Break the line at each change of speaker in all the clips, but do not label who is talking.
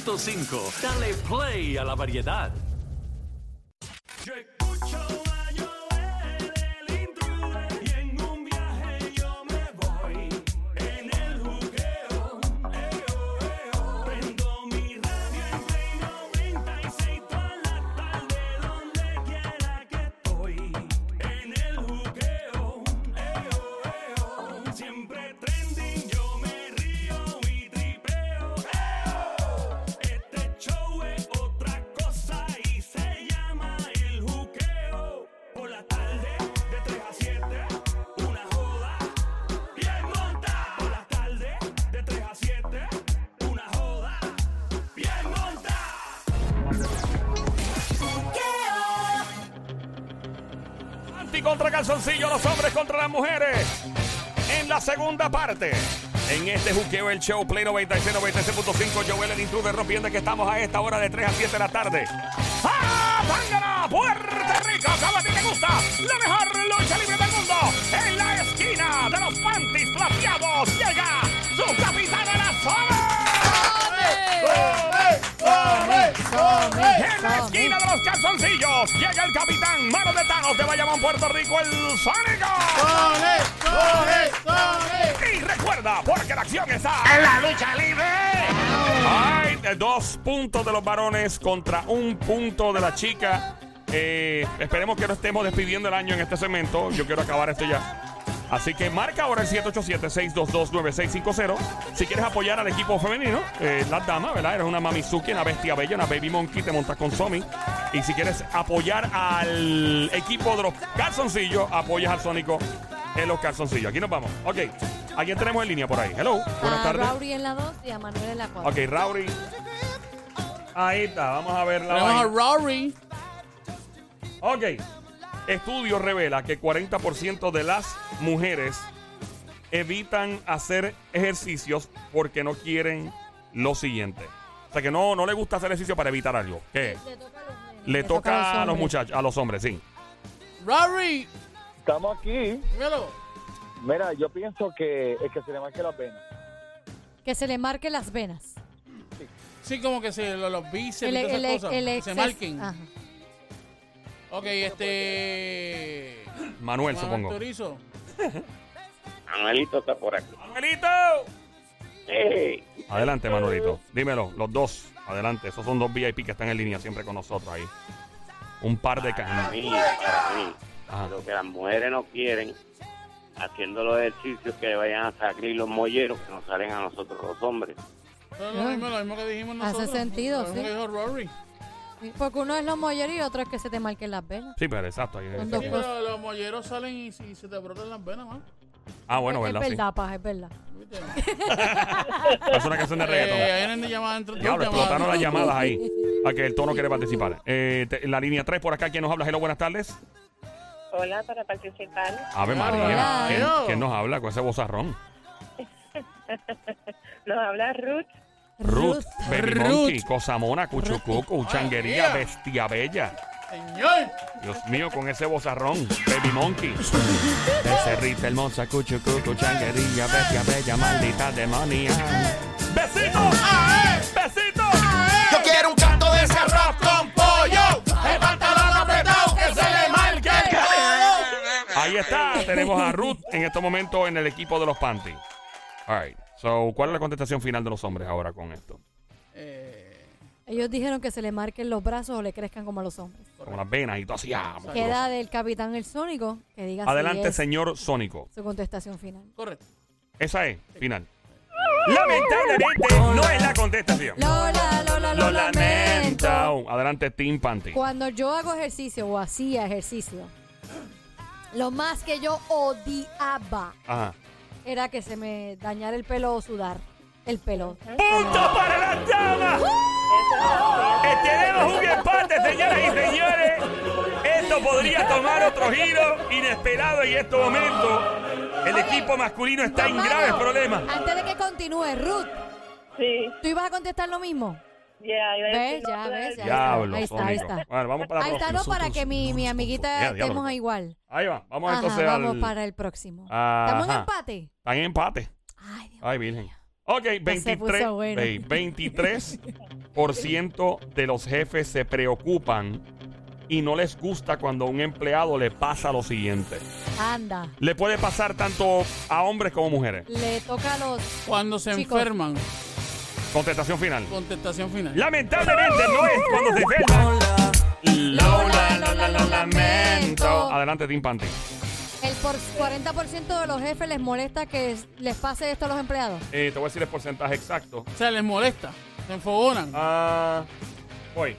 90.5. Dale play a la variedad.
Yo escucho a Joel, el intruder, y en un viaje yo me voy. En el jugueo, eo, eo. Prendo mi radio en Play 96 toda la tarde, donde quiera que estoy. En el jugueo, eo, eo. Siempre trending, yo me río y tripeo. Este show es otra cosa y se llama el juqueo. Por la tarde, de 3 a 7, una joda bien monta. Por la tarde, de 3 a 7, una joda bien monta.
Panty contra calzoncillo, los hombres contra las mujeres. En la segunda parte. En este juqueo el show Play 96, 96.5 Joel el intruder rompiendo que estamos a esta hora de 3 a 7 de la tarde. ¡Ah! ¡Pángana! ¡Puerto Rico! ¡Como a ti te gusta! ¡La mejor lucha libre del mundo! En la esquina de los panties plateados llega su capitán a la En la esquina de los calzoncillos llega el capitán Mano de Thanos de Bayamón, Puerto Rico, el Sónico. Y recuerda, porque la acción está en la lucha libre. Hay de dos puntos de los varones contra un punto de la chica. Eh, esperemos que no estemos despidiendo el año en este segmento. Yo quiero acabar esto ya. Así que marca ahora el 787-622-9650. Si quieres apoyar al equipo femenino, eh, las damas, ¿verdad? Eres una Mamizuki, una bestia bella, una baby monkey, te montas con Somi. Y si quieres apoyar al equipo de los calzoncillos, apoyas al Sónico en los calzoncillos. Aquí nos vamos. Ok. ¿A quién tenemos en línea por ahí? Hello. Buenas
a
tardes.
Rauri en la 2 y a Manuel en la 4.
Ok, Rauri. Ahí está, vamos a ver la
Tenemos a
vaina.
Rory.
Ok. Estudio revela que 40% de las mujeres evitan hacer ejercicios porque no quieren lo siguiente. O sea, que no, no le gusta hacer ejercicio para evitar algo. ¿Qué?
Le toca a los nenes.
Le toca a los
hombres.
muchachos, a los hombres, sí.
Rory.
Estamos aquí.
Dímelo.
Mira, yo pienso que es que se le marque las venas.
Que se le marquen las venas.
Sí, como que se lo- los bíceps y todas esas cosas. que se
exces-
marquen.
Ajá.
Ok, este.
Manuel, Pues, supongo.
Turizo.
Manuelito está por aquí.
¡Manuelito!
¡Ey!
Adelante, Manuelito. Dímelo, los dos. Adelante, esos son dos VIP que están en línea siempre con nosotros ahí. Un par de
Para
cajas.
mí, para mí,
Ah.
Ajá.
lo que las mujeres no quieren, haciendo los ejercicios que vayan a salir los molleros que nos salen a nosotros los hombres.
Eso es lo mismo, lo mismo que dijimos
Ah. Hace
nosotros.
sentido,
Lo mismo
sí.
que dijo Rory.
Porque uno es los molleros y otro es que se te marquen las venas.
Sí, pero exacto. ahí-
Son dos
Sí,
cosas.
pero los molleros salen y, y se te brotan las venas, man.
Ah, bueno,
es
¿verdad? Sí.
verdad, paja, es verdad.
¿Viste?
Es una canción de reggaetón.
Eh, ahí vienen de llamada dentro de
Diablo, explotaron las llamadas ahí. A que el tono quiere participar. Eh, te- la línea 3 por acá, ¿quién nos habla? Hello, buenas tardes.
Hola, para participar.
Ave
Hola.
María. ¿Quién,
Hello.
quién nos habla con ese bozarrón?
Nos habla Ruth.
Ruth, Baby
Ruth.
Monkey, Cosamona, Cuchucucu, Changuería,
Ay, mira.
Bestia Bella.
Señor.
Dios mío, con ese bozarrón, Baby Monkey. Becerrita hermosa, Cuchucucu, Changuería, Bestia Bella, maldita demonia. ¡Besitos! ¡Besitos!
Yo quiero un canto de ese arroz con pollo. El pantalón apretado que se le marque el cabello.
Ahí está, tenemos a Ruth en estos momentos en el equipo de los Panty. All right. So, ¿cuál es la contestación final de los hombres ahora con esto?
Eh,
Ellos dijeron que se le marquen los brazos o le crezcan como a los hombres.
Con las venas y todo así. ah, musculoso.
Queda del capitán el sónico que diga si
Adelante,
es
señor Sónico.
su contestación final.
correcto.
Esa es, final. Lamentablemente no es la contestación.
Lola, Lola,
Lo
Lola, lamento.
lamento. Adelante, Team Panty.
Cuando yo hago ejercicio o hacía ejercicio, lo más que yo odiaba
Ajá.
era que se me dañara el pelo o sudar el pelo.
¡Punto para las damas! Eh, Tenemos un empate, señoras y señores. Esto podría tomar otro giro inesperado en este momento. El equipo masculino está en
Amado,
graves problemas.
Antes de que continúe, Ruth,
Sí,
¿tú ibas a contestar lo mismo?
ya, iba a
¿Ves?
decir
Ya,
nombre
ves,
del-
ya.
Diablo,
ahí está, ahí
Sónico.
está.
Bueno, vamos para la
Ahí está,
próxima.
no, para que mi, mi amiguita
Ya, diablo.
estemos a igual.
Ahí va. Vamos
Ajá,
entonces
vamos
al...
para el próximo.
Ajá.
¿Estamos en empate?
Están en empate.
Ay, Dios.
Ay, virgen.
Ok,
se
23,
puso bueno.
ve- 23% de los jefes se preocupan y no les gusta cuando a un empleado le pasa lo siguiente.
Anda.
Le puede pasar tanto a hombres como mujeres.
Le toca a los.
Cuando se
Chicos.
enferman,
Contestación final.
contestación final.
Lamentablemente no es cuando se enferman.
Lola, Lola, lo lamento.
Adelante, Tim Panty.
El por 40% de los jefes les molesta que les pase esto a los empleados.
Eh, te voy a decir el porcentaje exacto.
O sea, les molesta, se enfogonan.
Ah, voy.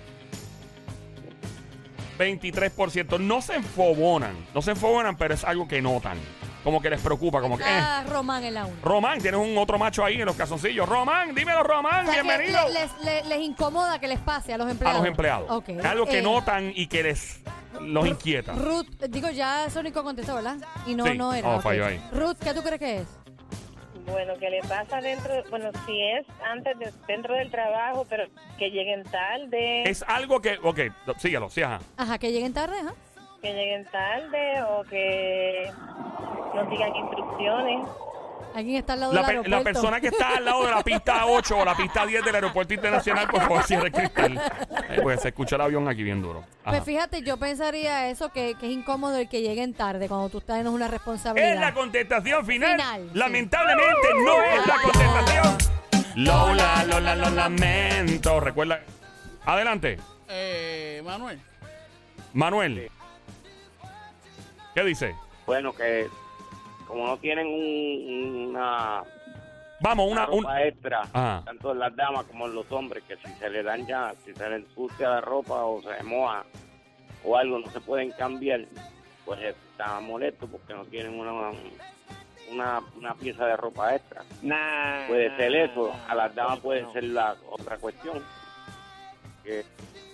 23%. No se enfobonan. No se enfobonan, pero es algo que notan. Como que les preocupa, como que... eh.
Está Ah, Román en la una.
Román, tienes un otro macho ahí en los calzoncillos. Román, dímelo, Román,
O sea, que
bienvenido.
le- Les, le- les incomoda que les pase a los
A
empleados.
los empleados.
Ok.
Es Algo que
Eh,
notan y que les los inquieta.
Ruth, digo, ya Sónico contestó, ¿verdad? Y no,
Sí.
no era.
Oh,
ok.
falló ahí.
Ruth, ¿qué tú crees que es?
Bueno, que le pasa dentro, bueno, si es antes de- dentro del trabajo, pero que lleguen tarde,
Es algo que. Ok, no, síguelo, sí, ajá.
Ajá, que lleguen tarde, ajá.
que lleguen tarde o que no sigan instrucciones.
Alguien está al lado
La,
del
pe- la
aeropuerto.
persona que está al lado de la pista 8 o la pista 10 del aeropuerto internacional, por favor, cierre el cristal. Eh, Pues se escucha el avión aquí bien duro. Ajá.
Pues fíjate, yo pensaría eso, que, que es incómodo el que lleguen tarde cuando tú estás en una responsabilidad.
Es la contestación final.
Final, sí.
Lamentablemente no es la contestación. Lola, Lola, lo lamento. Recuerda. Adelante,
Eh, Manuel,
Manuel. ¿Qué dice?
Bueno, que como no tienen un- una,
Vamos, una. un- Ah.
ropa extra,
Ajá.
tanto las damas como los hombres, que si se le dan ya, si se le ensucia la ropa o se moja o algo, no se pueden cambiar, pues está molesto porque no tienen una, una, una pieza de ropa extra.
Nah.
Puede ser
Ah,
eso, a las damas puede ser la otra cuestión. Que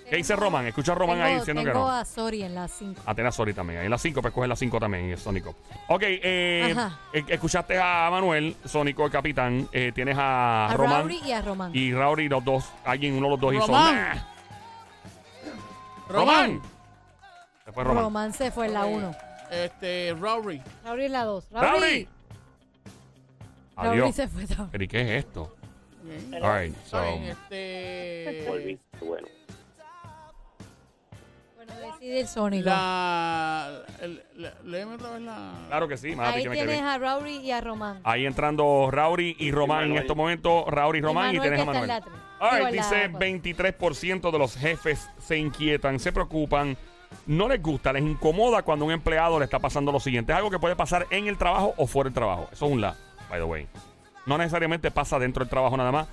¿Qué dice Roman? Escucha a Roman
tengo,
ahí diciendo que
tengo
no. Ah,
a Sori en las 5.
Atenas Sori también. Ahí en las 5, pues coge las 5 también, eh, Sónico. Ok, eh,
Ajá.
eh, escuchaste a Manuel, Sónico, el capitán. Eh, tienes a,
A
Roman
Rowdy y a Román.
y Rauri, los dos. Alguien, uno de los dos hizo.
Román.
"Nah".
Román.
Se fue Román.
Román se fue en la 1.
este, Rory.
Rauri en la 2.
¡Rauri!
Rauri
Adiós.
se fue Rauri.
Pero, ¿y qué es esto?
Bien.
All right, so,
Está bien, este,
volví, bueno.
Bueno, decide el Sónico.
Ah,
la, el- la- léeme otra vez la.
Claro que sí, Manati,
Ahí
que me
tienes
quedé.
a Rauri y a Román.
Ahí entrando Rauri y Román en
Manuel.
estos momentos. Rauri y Román y,
Manuel,
tienes a
que está
Manuel.
en la tres.
All right,
Digo, en pues. la
dice
cuatro.
23% de los jefes se inquietan, se preocupan, no les gusta, les incomoda cuando un empleado le está pasando lo siguiente. Es algo que puede pasar en el trabajo o fuera del trabajo. Eso es un la, by the way. No necesariamente pasa dentro del trabajo nada más.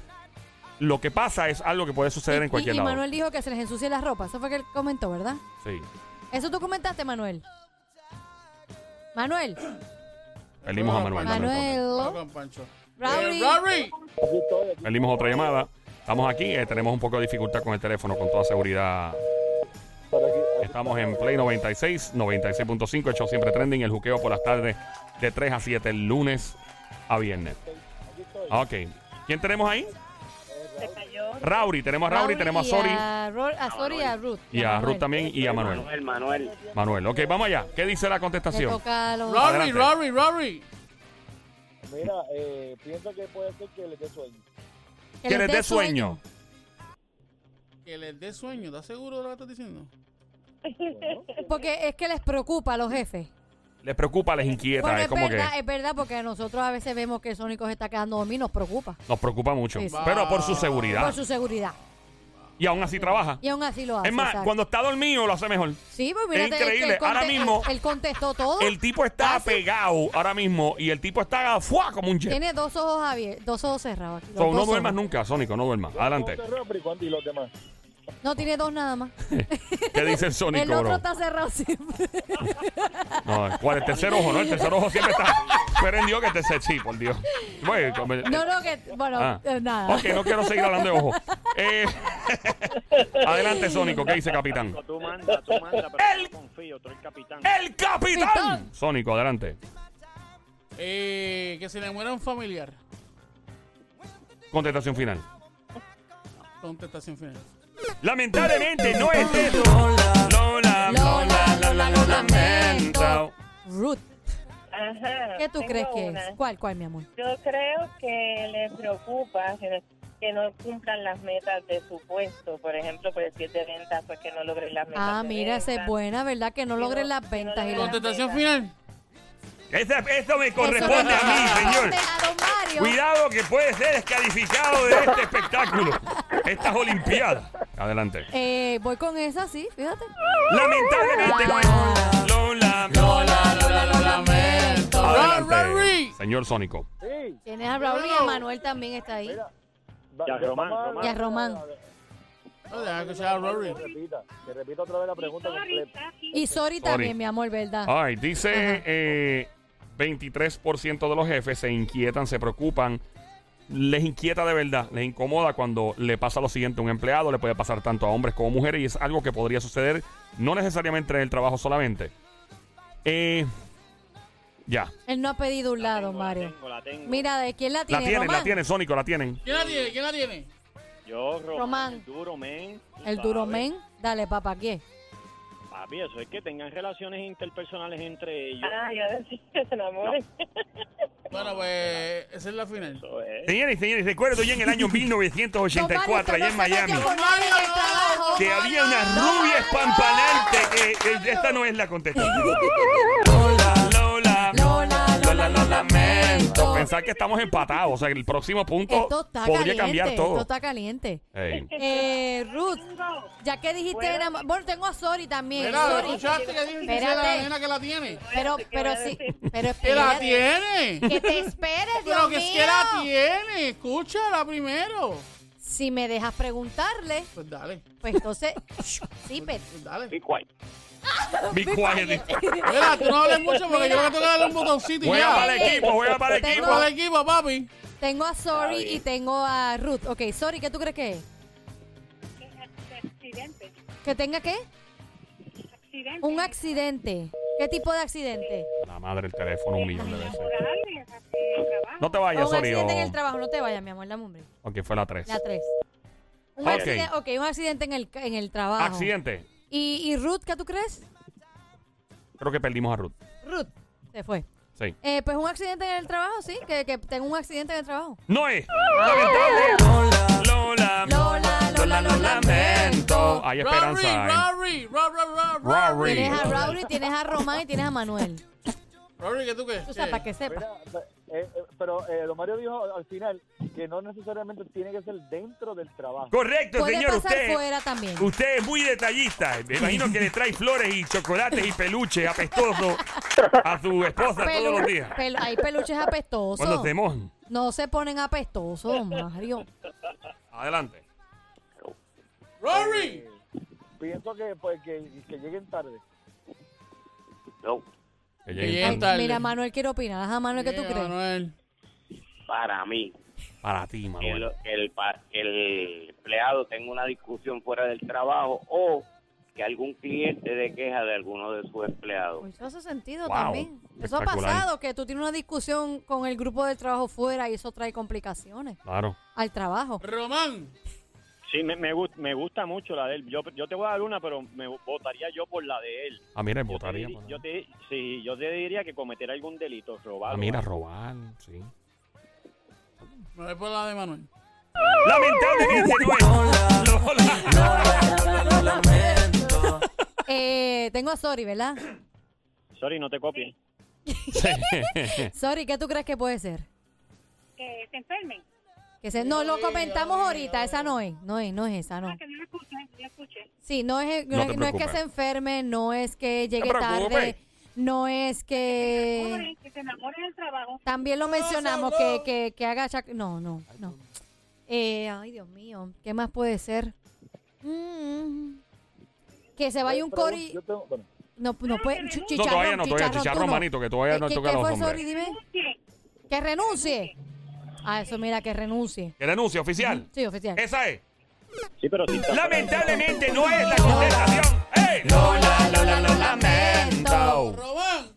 Lo que pasa es algo que puede suceder
Y-
en cualquier
y, y
lado.
Manuel dijo que se les ensucie la ropa. Eso fue que él comentó, ¿verdad?
Sí.
Eso tú comentaste, Manuel. Manuel.
Perdimos a Manuel. Manuel.
Vamos
Manuel.
con Pancho.
Rauri.
Eh, Rory.
Aquí estoy, aquí
Perdimos otra llamada. Estamos aquí, eh, tenemos un poco de dificultad con el teléfono, con toda seguridad.
estoy, aquí estoy.
Estamos en Play 96, 96.5, hecho siempre trending, el juqueo por las tardes de 3 a 7, el lunes a viernes. Ok. ¿Quién tenemos ahí?
Se cayó.
Rauri, tenemos a Rauri, tenemos a
y
Sori
A, Ro- a Sori y a Ruth.
y a Ruth también y a Manuel.
Manuel, Manuel,
Manuel, ok, vamos allá. ¿Qué dice la
Le
contestación?
toca a los-
Rory,
Adelante.
Rory, Rory.
Mira, eh, pienso que puede ser que le dé sueño.
Que les
dé
dé sueño.
Que les dé sueño, ¿estás seguro de lo que estás diciendo?
Porque es que les preocupa a los jefes.
Les preocupa, les inquieta,
Porque
es
es
como que
verdad, es verdad, porque nosotros a veces vemos que Sónico se está quedando dormido y nos preocupa
nos preocupa mucho.
eh. Sí, sí.
Pero por su seguridad.
por su seguridad.
Y aún así trabaja.
Y aún así lo hace.
Es más,
exacto.
cuando está dormido lo hace mejor.
Sí, pues mira,
es increíble. Ahora mismo-
Él, él contestó todo.
El tipo está
Casi.
pegado ahora mismo y el tipo está ¡fua! como un jet.
Tiene dos ojos abiertos, dos ojos cerrados. aquí, los
So,
dos
no
ojos.
duermas nunca, Sónico, no duermas. Adelante.
Ponte Raúl, Bricuán, y los demás.
No, tiene dos nada más.
¿Qué dice el
el
Sónico,
otro
bro?
está cerrado siempre.
No, ¿cuál? El tercer ojo, ¿no? El tercer ojo siempre está. Pero en Dios que te se sí, por Dios. Bueno, como-
No, no, que. Bueno,
Ah.
eh, nada.
Ok, no quiero seguir hablando de ojo. Eh, Adelante, Sónico, ¿qué dice capitán?
Tú manda, tú manda, pero
El-
yo no confío, tú eres capitán.
¡El capitán!
Capitán.
Sónico, adelante.
Eh, que se le muera un familiar.
Contestación final.
Contestación final.
Lamentablemente no es eso. Lola, Lola, Lola, lo lamento.
Ruth.
Ajá,
¿Qué tú
tengo
crees que
una.
es? ¿Cuál, cuál, mi amor?
Yo creo que les preocupa que no, que no cumplan las metas de su puesto. Por ejemplo, por decir de ventas, pues que no logren las metas.
Ah,
de
mira, esa es
ventas.
buena, ¿verdad? Que no logren las ventas. y las-
Contestación final.
Esa- Esto me corresponde a mí, señor. Cuidado que puede ser descalificado de este espectáculo. Estas Olimpiadas. Adelante.
Eh, voy con esa, sí, fíjate.
Lamentablemente. Lola, Lola, Lola, lo lamento. Adelante.
Rory.
Señor Sónico.
Sí,
Tienes a Raúl y Emanuel también está ahí.
va-
Ya,
va-
Román,
vamos a-
Román.
Y a Román.
No, deja que sea Rory.
Que repita, que repita otra vez la pregunta completa.
Y Sori también, mi amor, ¿verdad?
All right, dice eh, 23% de los jefes se inquietan, se preocupan. Les inquieta de verdad, les incomoda cuando le pasa lo siguiente a un empleado, le puede pasar tanto a hombres como mujeres y es algo que podría suceder no necesariamente en el trabajo solamente. Eh, ya,
Él no ha pedido un lado, Mario.
Tengo, la tengo.
Mira, ¿de quién la
la
tiene?
tienen,
Román?
la tienen, Sónico, la tienen.
¿Quién la tiene? ¿Quién la tiene?
Yo, Román.
Román.
El duro men. tú
El duro
sabes.
men. Dale, papá, ¿qué?
Papi, eso es que tengan relaciones interpersonales entre ellos.
Ah, yo decía que se enamoren.
Bueno, pues esa es la final.
Eso es.
Señores y señores, recuerdo ya en el año 1984, allá en Miami. que había una rubia espampanante que, que esta no es la contestación. Lola, Lola,
Lola, Lola, lo lamento.
Pensar que estamos empatados, o sea, el próximo punto
Esto está
podría
caliente.
cambiar todo.
Esto está caliente.
Ey.
Eh, Ruth, ya que dijiste
Bueno.
enamo- Bueno, tengo a Sori también.
Mira,
Sori.
escuchaste que dijo que
Espérate.
la nena que la tiene.
Pero,
¿Qué
pero
voy a
sí.
decir?
Pero
Que la
espérate.
tiene.
Que te esperes,
Pero
Dios
que es
mío.
que la tiene. Escúchala primero.
Si me dejas preguntarle,
Pues dale,
pues entonces. sí, pero.
pues dale.
Be quiet.
Be quiet.
Mira, tú no hables mucho porque yo voy a tocar darle un botoncito y
Juega
ya.
para el equipo, juega para el
Tengo-
equipo.
Para el equipo, papi.
Tengo a Sori
Está bien.
y tengo a Ruth. Ok, Sori, ¿qué tú crees que es?
accidente,
¿Que tenga qué?
accidente.
Un accidente. ¿Qué tipo de accidente?
La madre, el teléfono un millón de veces.
Laborales, así, trabajo.
No te vayas,
un
Sorio.
accidente en el trabajo. No te vayas, mi amor, la hombre.
Ok, fue la 3.
La tres. Un
Ok.
accidente, ok, un accidente en el, en el trabajo.
Accidente.
¿Y, y Ruth, qué tú crees?
Creo que perdimos a Ruth.
Ruth, se fue.
Sí.
Eh, pues un accidente en el trabajo, sí, que, que tengo un accidente en el trabajo.
Noé. Lamentable. Lola,
Lola, Lola, lo lamento.
Hay
Rory,
esperanza.
Rory, Rory,
Rory.
Rory.
Tienes a Raúl, tienes a Román y tienes a Manuel.
Rory, ¿qué tú qué?
Tú sabes, para que sepas.
Mira, eh, eh, pero eh, lo Mario dijo al final que no necesariamente tiene que ser dentro del trabajo.
Correcto,
Puede
señor.
pasar
Usted.
fuera también.
Usted es muy detallista. Me imagino que le trae flores y chocolates y peluches apestosos a su esposa todos
Pelu-
los días.
pelu- hay peluches apestosos.
Cuando se mojan.
No se ponen apestosos, Mario.
Adelante.
Rory.
Pienso que, pues, que, que lleguen tarde.
No,
Que
Que
lleguen tarde.
lleguen tarde.
Mira, Manuel, quiero opinar. Ajá, Manuel, ¿qué tú
Yeah,
crees?
Manuel.
para mí,
Para ti,
que
Manuel.
lo- que el, pa- que el empleado tenga una discusión fuera del trabajo o que algún cliente dé queja de alguno de sus empleados.
Pues eso hace sentido
Wow,
también. Eso ha
espectacular.
pasado, que tú tienes una discusión con el grupo del trabajo fuera y eso trae complicaciones
Claro.
al trabajo.
Román.
Sí, me, me, gust- me gusta mucho la de él. Yo, yo te voy a dar una, pero me votaría yo por la de él.
Ah, mira,
Yo te,
votaría.
diri-
por-
yo te- sí, yo te diría que cometer algún delito, robar.
Ah,
o
mira,
algo.
robar. Sí.
Me voy por la de Manuel.
Lamentablemente no es.
Eh, tengo a Sori, ¿verdad?
Sorry, no te copies.
Sori, ¿qué tú crees que puede ser?
Que se enfermen.
Que se- no, lo comentamos ahorita, esa no es, no es, no es esa, no.
Ah, que no lo escuchen, no lo escuchen.
Sí, no es, no,
No
es-
te
no es que
preocupes.
se enferme, no es que llegue
No te preocupes.
tarde, no es que...
Pobre, que se enamoren del trabajo.
También lo mencionamos, que, que, que haga... chac- No, no, no. Eh, ay, Dios mío, ¿qué más puede ser? Mm. que se vaya un
Pero
cori...
Yo tengo, bueno,
No, no puede. chi-
No,
Chicharrón,
todavía no, todavía.
chicharrón,
Chicharrón,
tú no. Eh,
manito, que todavía no
¿Qué-
toca a
qué
los
fue,
hombres.
Sori? dime?
Bien,
Que renuncie. Ah, eso mira, que renuncie.
Que denuncie oficial.
Sí, oficial.
Esa es.
Sí, pero si está-
Lamentablemente no es la contestación. ¡Ey!
Lola, Lola, lo lamento.
Román.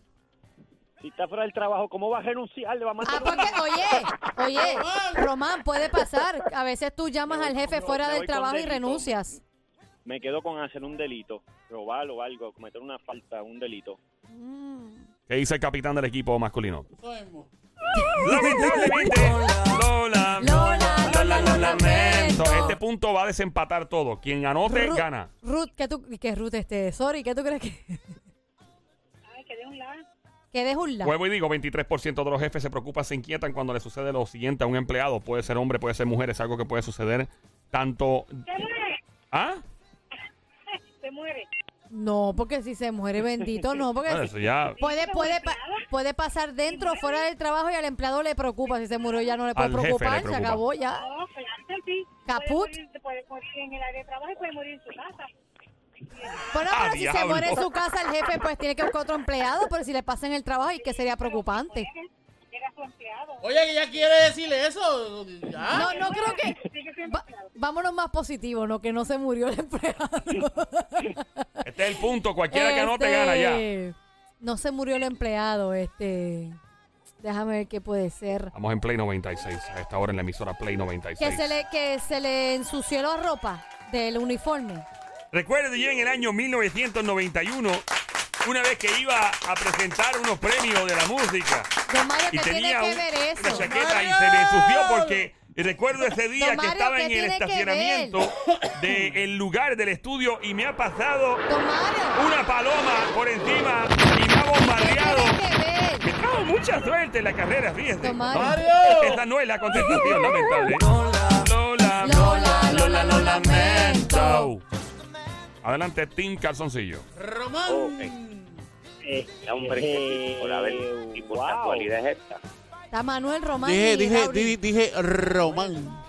Si está fuera del trabajo, ¿cómo va a renunciar? Le va a
Ah,
mandar
porque, oye, oye, Román, puede pasar. A veces tú llamas al jefe fuera
Me
del
voy con
trabajo y
Delito.
renuncias.
Me quedo con hacer un delito, robar o algo, cometer una falta, un delito.
Mm.
que dice el capitán del equipo masculino.
Lamentablemente,
Lola,
Lola,
Lola, lo lamento. Este punto va a desempatar todo. Quien anote,
Ru-
gana.
Ruth, ¿qué tú, qué Ruth este? Sorry, ¿qué tú crees que?
Ay, que de un lado.
que dejo un lado.
Vuelvo y digo, 23% de los jefes se preocupan, se inquietan cuando le sucede lo siguiente a un empleado. Puede ser hombre, puede ser mujer, es algo que puede suceder tanto...
Se muere.
¿Ah?
Se muere.
No, porque si se muere bendito, no, porque
Bueno,
si-
eso ya...
puede, puede, pa- puede pasar dentro o fuera del trabajo y al empleado le preocupa. Si se murió ya no le puede
Al jefe le
preocupar, se
preocupa.
acabó ya.
No, claro que sí.
Ah. Caput.
Puede morir, puede morir en el área de trabajo y puede morir en su casa.
Bueno,
Ah,
pero si se
diablo.
muere en su casa el jefe, pues tiene que buscar otro empleado, pero si le pasa en el trabajo, ¿y qué sería preocupante?
Llega su empleado.
Oye, que ya quiere decirle eso. Ya.
No, no creo que...
Sigue siendo
va- vámonos más positivo, ¿no? Que no se murió el empleado.
Este es el punto, cualquiera que anote
Este,
gana ya.
No se murió el empleado, este... Déjame ver qué puede ser.
Vamos en Play 96, a esta hora en la emisora Play
Que
96.
se le, que se le ensució la ropa del uniforme.
Recuerdo yo en el año 1991, una vez que iba a presentar unos premios de la música.
Don Mario,
y
¿qué tiene
tenía
que
un-
ver
una
eso?
chaqueta y se me ensució porque recuerdo ese día
Don
que
Mario,
estaba
¿qué
en el
tiene que
estacionamiento del lugar del estudio y me ha pasado
Don Mario,
una paloma por encima y me ha bombardeado.
¿qué tiene que ver?
Me cago en Oh, mucha suerte en la carrera, fíjate.
Don Mario.
Esta no es la contestación, lamentable. Lola,
Lola, Lola, lo lamento.
Adelante, Team Calzoncillo.
Román.
Ya, hombre, qué tipo, la verdad, y por
Eh, Wow.
casualidad es esta.
Está Manuel Román.
Dije,
y
dije,
Raúl.
di- dije Román.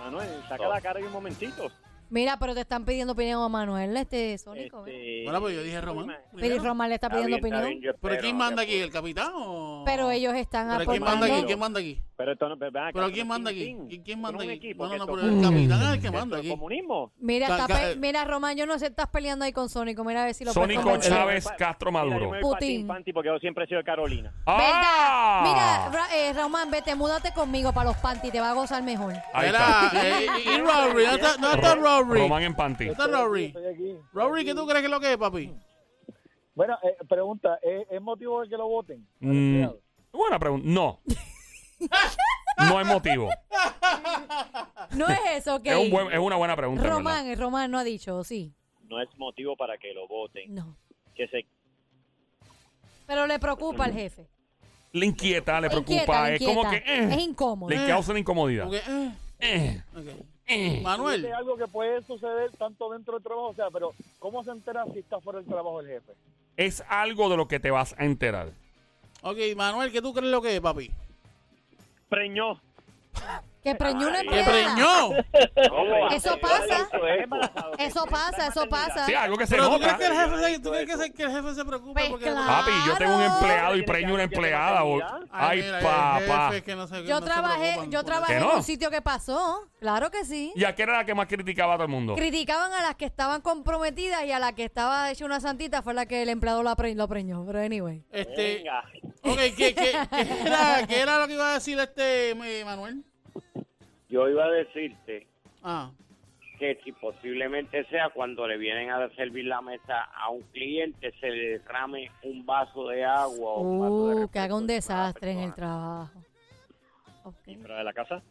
Manuel, saca
Oh.
la cara ahí un momentito.
Mira, pero te están pidiendo opinión a Manuel, este Sónico. ¿eh?
Este,
Bueno, pues yo dije Román.
Pero y Román le está pidiendo
Está bien, está
opinión.
bien, yo
¿Pero
espero,
quién
no
manda
te
aquí? ¿El capitán o...?
Pero ellos están
¿Pero quién
aportando.
manda aquí? ¿Quién manda aquí?
Pero esto no, pero, ven acá,
¿Pero
esto
quién
no es
manda
Tintín,
aquí? ¿Qui-
esto
¿Quién
no es
manda
un
aquí?
equipo,
No, no, no,
que
pero
esto-
el capitán es el que
esto
manda
es
aquí.
comunismo.
Mira,
Ca-
está
ca-
pe- mira, Román, yo no sé, estás peleando ahí con Sónico. Mira a ver si lo puedes
Sónico
convencer.
Chávez Castro Maduro.
Mira, yo me voy
Putin.
patín, panty, porque yo siempre he sido de Carolina.
¿Verdad?
¡Ah!
Mira, Ra- eh, Román, vete, múdate conmigo para los panties, te va a gozar mejor.
Ahí
Era,
está.
eh, y- y Rory, no está, no está Rory.
Román en panty.
No está Rory.
Estoy aquí.
Rory, ¿qué tú crees que es lo que es, papi?
Bueno, eh, pregunta, ¿es, es motivo de que lo voten?
Mm, buena pregunta. No. No es motivo.
No es eso, que
Es, un buen- es una buena pregunta. en
Román,
verdad.
eh, Román no ha dicho, ¿o sí.
No es motivo para que lo voten.
No.
Que se
Pero le preocupa al jefe.
Le inquieta, le
Le
preocupa.
inquieta, le
es como que.
inquieta.
eh,
Es incómodo.
Le causa una incomodidad.
Porque, eh,
Eh,
ok.
eh.
Manuel.
Es algo que puede suceder tanto dentro del trabajo, o sea, pero ¿cómo se entera si está fuera del trabajo el jefe?
Es algo de lo que te vas a enterar.
Ok, Manuel, ¿qué tú crees lo que es, papi?
preñó.
Que preñó una
¡Que
empleada.
preñó!
¿Cómo va?
Eso
Yo
pasa.
hizo eso.
Eso pasa, eso pasa.
Sí, algo que se
Pero tú
nota.
crees que el jefe se, tú crees que se, que el jefe se preocupa
Pues
porque...
claro.
Papi, yo tengo un
Claro.
empleado y
Tiene que
preño una
haber que
empleada. bo-
paternidad.
Ay,
Ah, Ay,
mira, el
papá.
jefe es que no se- no
Yo
se
trabajé,
preocupan
yo
por-
trabajé
¿Que
en
no?
un sitio que pasó. Claro que sí.
¿Y a qué era la que más criticaba a todo el mundo?
Criticaban a las que estaban comprometidas y a la que estaba hecha una santita fue la que el empleado la pre- lo preñó. Pero anyway.
Este,
Venga.
ok, ¿qué, qué, qué era, qué era lo que iba a decir este eh, Manuel?
Yo iba a decirte
Ah,
que si posiblemente sea cuando le vienen a servir la mesa a un cliente se le derrame un vaso de agua o Oh, un vaso de
Uh, que
refresco
haga un
de cada
desastre en el
persona.
trabajo. Ok.
Pero de la casa.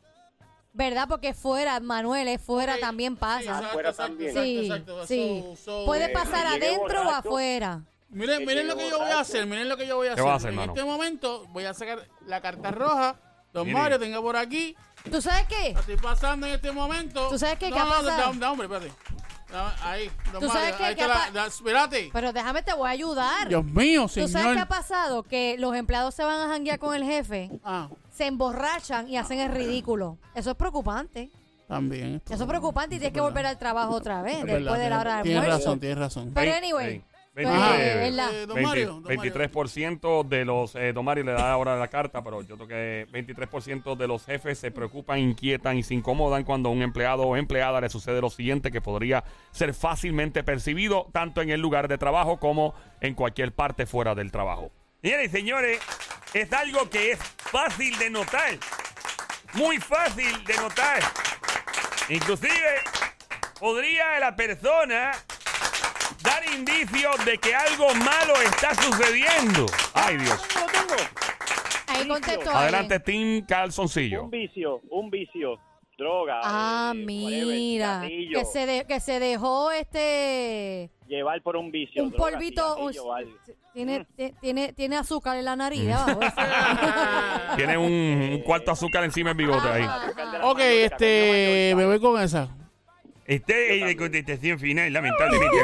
¿Verdad? Porque fuera, Manuel, es fuera
Ok,
también pasa.
afuera también.
Sí, sí.
So- so-
Puede
eh,
pasar
llegué
adentro o
borracho.
afuera.
Miren, miren lo que yo voy a hacer, miren lo que yo voy a
¿Qué
hacer.
vas a hacer,
en
mano?
este momento voy a sacar la carta roja. Don
Mire.
Mario, tenga por aquí.
¿Tú sabes qué?
La estoy pasando en este momento.
¿Tú sabes qué?
No,
¿Qué ha
no,
pasado?
da- da- hombre, espérate. Da- ahí, don
¿Tú
Mario.
sabes qué?
ahí
¿Qué
está
ha
la-
pa-
da- espérate.
Pero déjame, te voy a ayudar.
Dios mío,
¿Tú
señor.
sabes qué ha pasado? Que los empleados se van a janguear con el jefe,
Ah,
se emborrachan y hacen el ridículo. Eso es preocupante.
también.
Eso es preocupante y tienes que
verdad.
volver al trabajo otra vez
Es
después de la hora de
verdad, Tienes
almuerzo.
razón, tienes razón.
Pero
Ve-
anyway,
ve-
pues,
Ah,
eh,
es la-
eh, don
20,
Mario, don Mario.
23% de los. Eh, don Mario le da ahora la carta, pero yo toqué. 23% de los jefes se preocupan, inquietan y se incomodan cuando a un empleado o empleada le sucede lo siguiente que podría ser fácilmente percibido tanto en el lugar de trabajo como en cualquier parte fuera del trabajo. Señores y señores, es algo que es fácil de notar. Muy fácil de notar. Inclusive, podría la persona dar indicios de que algo malo está sucediendo. Ay, Dios.
Ahí contestó.
Adelante, Tim Calzoncillo.
Un vicio, un vicio, droga. eh,
Ah, mira.
cigarrillo.
Que se, de- que se dejó este.
Llevar por un vicio.
Un
droga,
polvito,
cigarrillo,
un-
algo.
Tiene, ti- tiene, tiene azúcar en la nariz. abajo, ese.
Tiene un, un cuarto azúcar encima del bigote ahí.
Ah.
Ok, este, me voy con esa.
Este es de contestación final, lamentablemente.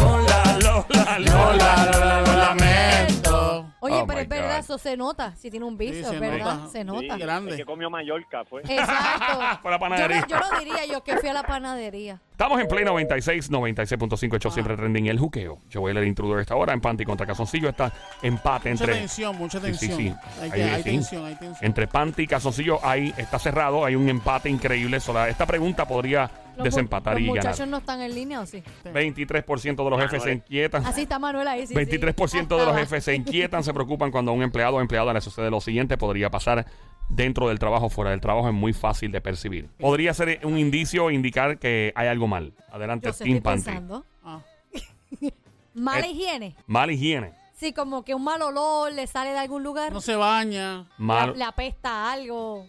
Lola, Lola, Lola, Lola, lo lamento.
Oye,
Oh,
pero
my
es verdad,
God.
eso se nota. Si tiene un vicio,
se
es verdad,
nota.
se nota.
grande. que comió Mallorca, fue.
Exacto.
Por la panadería.
Yo lo diría yo que fui a la panadería.
Estamos en Play 96, 96.5, hecho siempre trending el juqueo. Yo voy el intruder esta hora en Panty contra Casoncillo. Está empate
Mucha
entre...
tensión, mucha
Sí, sí,
tensión.
sí. Ahí,
Hay, que- hay
sí.
tensión, hay tensión.
Entre Panty y Casoncillo ahí está cerrado, hay un empate increíble. So, la- esta pregunta podría
Los
desempatar
mu-
y
Los
ganar.
muchachos no están en línea, ¿o sí?
23% de los jefes se inquietan.
Así está Manuel ahí, Ah, sí, sí.
23% de los jefes se inquietan, se preocupan cuando a un empleado o empleada le sucede lo siguiente, podría pasar dentro del trabajo, fuera del trabajo, es muy fácil de percibir. Podría ser un indicio o indicar que hay algo mal. Adelante,
Yo sé,
Team
estoy
Panty.
pensando.
Ah,
Mala
Eh,
higiene.
Mala higiene.
Sí, como que un mal olor le sale de algún lugar.
No se baña.
Mal-
Le, le apesta algo.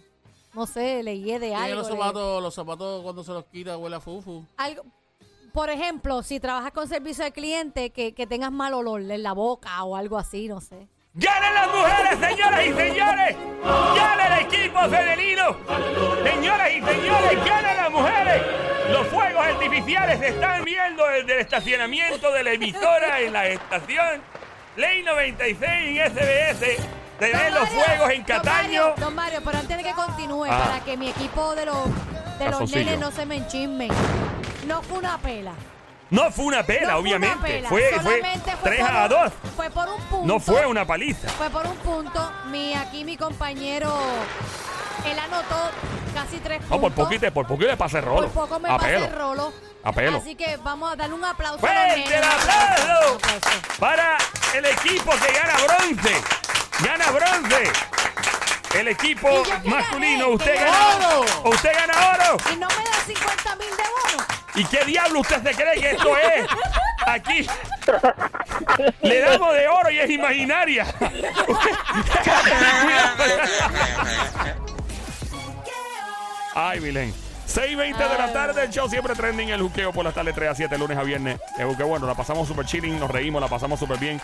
No sé, le hiede
Tiene
algo.
los
le-
zapatos, los zapatos cuando se los quita huele a fufu.
algo. Por ejemplo, si trabajas con servicio al cliente, que, que tengas mal olor en la boca o algo así, no sé.
¡Ganen las mujeres, señoras y señores! ¡Gana el equipo femenino! Señoras y señores, ganan las mujeres. Los fuegos artificiales se están viendo desde el estacionamiento de la emisora en la estación. Ley 96 en SBS. Se ven los fuegos en Cataño.
Don Mario, pero antes de que continúe,
Ah.
para que mi equipo de los, de los
Calzoncillo.
nenes no se me enchismen, no fue una pela.
No fue una pela,
No fue una
obviamente.
pela,
Fue, fue
solamente fue
3
por
a
un-
2.
Fue por un punto.
No fue una paliza.
Fue por un punto. Mi, aquí mi compañero, él anotó casi tres puntos.
No, por poquito, por poquito le pasé rolo.
Por poco me
a
pasa
pelo.
el rolo.
A pelo.
Así que vamos a darle un aplauso a los
¡Fuerte
nenes.
el aplauso para el equipo que gana bronce! ¡Gana bronce! El equipo
Y yo que
masculino,
gané,
usted
que
gana
gané.
oro. Usted gana oro.
Y no me da 50 mil de bono.
¿Y qué diablo usted se cree que esto es? Aquí le damos de oro y es imaginaria. Ay, Vilén. 6.20 de la tarde, el show siempre Eh, trending, el juqueo por las tardes 3 a 7, lunes a viernes. El juqueo, bueno, la pasamos súper chilling, nos reímos, la pasamos súper bien.